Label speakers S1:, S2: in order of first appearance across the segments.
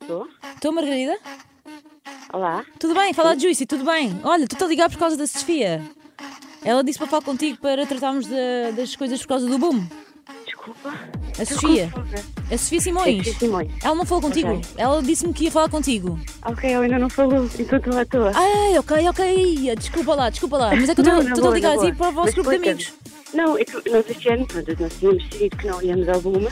S1: Estou?
S2: Estou, Margarida?
S1: Olá?
S2: Tudo bem? Fala a Juicy, tudo bem? Olha, tu estás a ligar por causa da Sofia. Ela disse para falar contigo para tratarmos de- das coisas por causa do boom.
S1: Desculpa.
S2: A Sofia.
S1: Confusa.
S2: A Sofia
S1: É
S2: Simões.
S1: Cris Simões.
S2: Ela não falou contigo.
S1: Ok.
S2: Ela disse-me que ia falar contigo.
S1: Ok, ela ainda não falou, então estou à toa.
S2: Ai, ok, ok. Desculpa lá, desculpa lá. Mas é que eu
S1: Não,
S2: estou-
S1: na
S2: estou
S1: boa,
S2: a ligar
S1: na
S2: assim
S1: boa.
S2: para o vosso
S1: Mas
S2: grupo de amigos.
S1: explica-me. Não, é que nós este ano, pronto, nós tínhamos decidido que não íamos ao Buma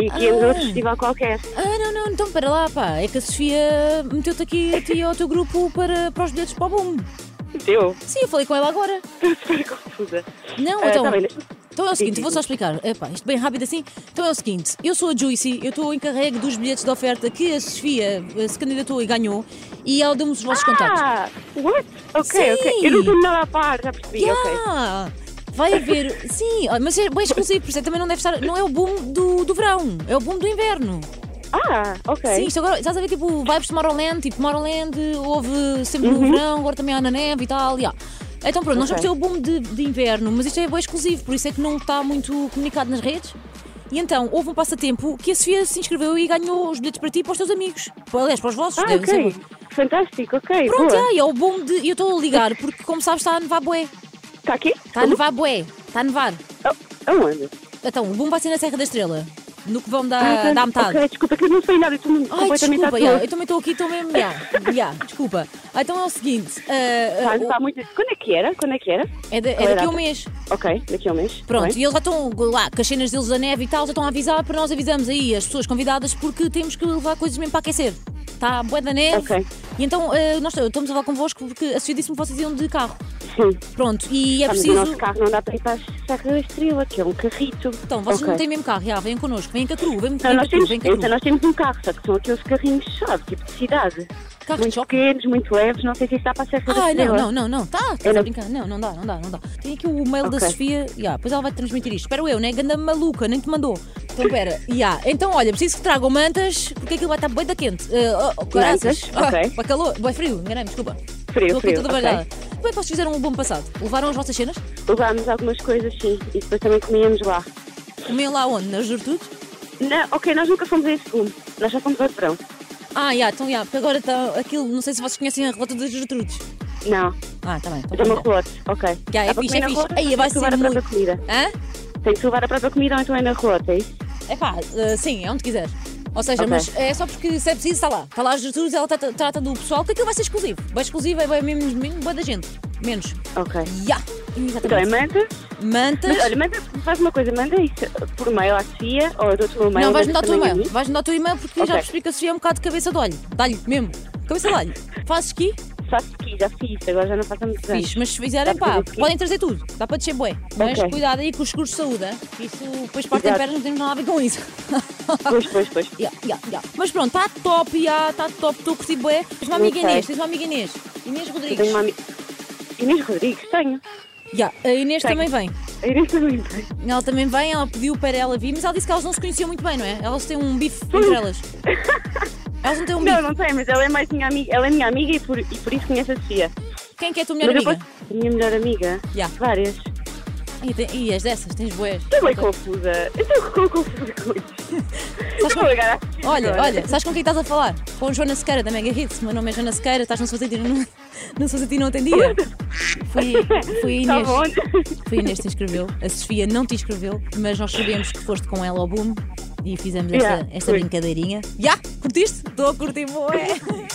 S1: e que íamos a outro
S2: Ah.
S1: festival qualquer.
S2: Ah, não, não, então para lá, pá. É que a Sofia meteu-te aqui a ti e ao teu grupo para, para os bilhetes para o boom.
S1: Deu.
S2: Sim, eu falei com ela agora.
S1: Estou super confusa.
S2: Não,
S1: Ah,
S2: então.
S1: tá bem.
S2: Então é o seguinte,
S1: Diz,
S2: vou só explicar. Epá, isto bem rápido assim. Então é o seguinte, eu sou a Juicy, eu estou encarregue dos bilhetes de oferta que a Sofia eh, se candidatou e ganhou e ela deu-me os vossos contactos.
S1: Ah, what? Ok,
S2: Sim.
S1: ok. Eu não estou nada a par, já percebi, ok.
S2: Yeah! Vai haver, sim, olha, mas é bem exclusivo, por isso é que também não deve estar, não é o boom do, do verão, é o boom do inverno.
S1: Ah, ok.
S2: Sim, isto agora, estás a ver, tipo, vibes de Tomorrowland, tipo, Tomorrowland houve sempre no verão, agora também há na neve e tal, yeah. Então pronto, nós
S1: Uhum. Ok.
S2: vamos ter o boom de, de inverno, mas isto é bem exclusivo, por isso é que não está muito comunicado nas redes. E então, houve um passatempo que a Sofia se inscreveu e ganhou os bilhetes para ti e para os teus amigos. Para- Aliás, para os vossos.
S1: Ah,
S2: deve
S1: ok.
S2: ser.
S1: Fantástico, ok.
S2: Pronto,
S1: boa.
S2: é, é o boom de... E eu estou a ligar, porque como sabes está a nevar bué.
S1: Está Tá aqui?
S2: Está a nevar bué. Está a nevar.
S1: Oh, aonde?
S2: Então, o boom vai ser na Serra da Estrela, no que vão
S1: Ah,
S2: da, da
S1: tá.
S2: metade.
S1: Ok, desculpa, que eu não sei nada, eu estou
S2: Ai,
S1: completamente
S2: desculpa,
S1: à
S2: já, eu
S1: toa.
S2: também estou aqui, estou mesmo. já, já, desculpa. Ah, Então é o seguinte: ah, ah,
S1: Tá, tá muito... Quando é que era? Quando é que era?
S2: é, da- é
S1: qual é a
S2: daqui a um
S1: data?
S2: mês.
S1: Ok, daqui a um mês.
S2: Pronto,
S1: Bem.
S2: e eles já estão lá com as cenas deles da neve e tal, já estão a avisar para nós avisamos aí as pessoas convidadas porque temos que levar coisas mesmo para aquecer. Está boa da neve.
S1: Ok.
S2: E então ah, nós estamos a falar convosco porque a Sofia disse-me que vocês iam de carro.
S1: Sim.
S2: Pronto, e é
S1: Ah, mas
S2: preciso.
S1: O nosso carro não dá para ir para a Serra da Estrela, que é um carrito.
S2: Então, vocês
S1: Ok.
S2: não têm mesmo carro, já, vêm connosco, vêm com a cru, vêm com
S1: Então
S2: a
S1: nós,
S2: cru,
S1: temos,
S2: vêm com a
S1: então
S2: cru.
S1: nós temos um carro, só que são aqueles carrinhos, sabe, tipo de cidade.
S2: Carro de
S1: muito
S2: choque?
S1: pequenos, muito leves, não sei se isso dá para a Serra da
S2: Ah, não,
S1: Estrela.
S2: não, não, não. Tá,
S1: Eu
S2: estás a
S1: não-
S2: brincar. Não, não dá, não dá, não dá. Tem aqui o mail da
S1: Ok.
S2: Sofia. Ya, pois ela vai te transmitir isto. Espero eu, né? Ganda maluca, nem te mandou. Então, espera. Ya, Então, olha, preciso que tragam mantas, porque aquilo vai estar bem da quente. Ah, oh, oh, caraças.
S1: Mantas,
S2: Ah,
S1: ok.
S2: Vai calor, vai frio, enganei-me, desculpa.
S1: Frio,
S2: Estou aqui
S1: frio,
S2: toda
S1: ok.
S2: baralhada. Bem, vocês fizeram um bom passado. Levaram as vossas cenas?
S1: Levámos algumas coisas, sim, e depois também comíamos lá.
S2: Comiam lá onde? Nas virtudes?
S1: Não, ok, nós nunca fomos a esse segundo, nós já fomos ao de verão.
S2: Ah, ya, então, ya, porque agora está aquilo, não sei se vocês conhecem a revolta das Gertrudes.
S1: Não,
S2: Ah, está bem. Então,
S1: é uma
S2: pronto.
S1: relote, ok.
S2: Ya,
S1: Dá
S2: é
S1: para
S2: fixe,
S1: comer
S2: é
S1: na
S2: fixe.
S1: rua,
S2: Aí vai
S1: tem que levar
S2: ser
S1: a própria
S2: muito.
S1: comida.
S2: Hã?
S1: Tem que levar a própria comida ou então é na relota, é isso?
S2: É pá, sim, é onde quiser. Ou seja,
S1: Ok.
S2: mas é só porque se é preciso, está lá. Está lá as Gertrudes, ela trata, trata do pessoal, que aquilo vai ser exclusivo. Vai exclusivo, é bem menos, menos boa da gente. Menos.
S1: Ok.
S2: Ya!
S1: Então é
S2: Exatamente.
S1: manta.
S2: Mantas.
S1: Mas olha, manda, faz uma coisa, manda isso por mail à Sofia ou eu dou-te o meu mail.
S2: não, vais-me dar o teu
S1: mandas também a
S2: e-mail.
S1: mim.
S2: Vais-me dar o teu e-mail porque já
S1: Ok.
S2: percebi que a Sofia é um bocado de cabeça de olho. Dá-lhe mesmo. Cabeça de olho. Fazes ski?
S1: Faço ski, já fiz isso, agora já não faço há muitos anos.
S2: Fixe. Mas se fizerem,
S1: Dá para
S2: pá,
S1: fazer ski?
S2: podem trazer tudo. Dá para descer bué. Mas
S1: Ok.
S2: cuidado aí com os seguros de saúde, hein? Isso depois partem
S1: Exato.
S2: pernas, não temos nada a ver com isso.
S1: Pois, pois, pois.
S2: Ya, ya, ya. Mas pronto, está top, está top, estou a curtir bué. Tens uma amiga
S1: Ok.
S2: Inês, tens uma amiga Inês. Inês
S1: Eu
S2: Rodrigues.
S1: tenho uma amiga. Inês Rodrigues, tenho.
S2: Ya, A Inês
S1: Tenho.
S2: também vem.
S1: A Inês também tem.
S2: Ela também vem, ela pediu para ela vir, mas ela disse que elas não se conheciam muito bem, não é? Elas têm um bife entre elas. Elas não têm um bife.
S1: Não, não tem, mas ela é mais minha amiga. Ela é minha amiga e por, e por isso conhece a Sofia.
S2: Quem que é a tua melhor
S1: mas eu
S2: amiga?
S1: posso- Minha melhor amiga?
S2: Ya.
S1: Várias.
S2: Ai, tem- Ih, és dessas, tens boés.
S1: Estou bem confusa. Eu Estou com- confusa com isso. Estou a ligar à Sofia
S2: Olha,
S1: agora.
S2: olha, sabes com quem estás a falar? Com a Joana Sequeira da Mega Hits. O meu nome é Joana Sequeira, estás no Sozatino, não, no Sozatino não atendia. Fui, fui a
S1: Tá
S2: Inês.
S1: bom.
S2: Foi a Inês que te inscreveu, a Sofia não te inscreveu, mas nós sabemos que foste com ela ao boom e fizemos esta,
S1: Yeah,
S2: esta
S1: fui.
S2: brincadeirinha. Já? Curtiste? Estou a curtir, boé!